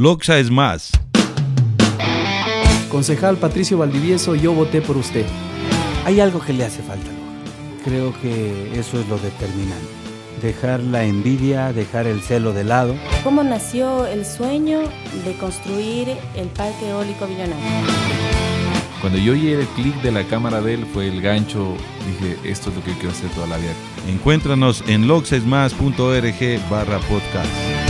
Loxa es más. Concejal Patricio Valdivieso, yo voté por usted. Hay algo que le hace falta, Loja. Creo que eso es lo determinante. Dejar la envidia, dejar el celo de lado. ¿Cómo nació el sueño de construir el Parque Eólico Villonario? Cuando yo oí el clic de la cámara de él, fue el gancho, dije, esto es lo que quiero hacer toda la vida. Encuéntranos en loxesmas.org barra podcast.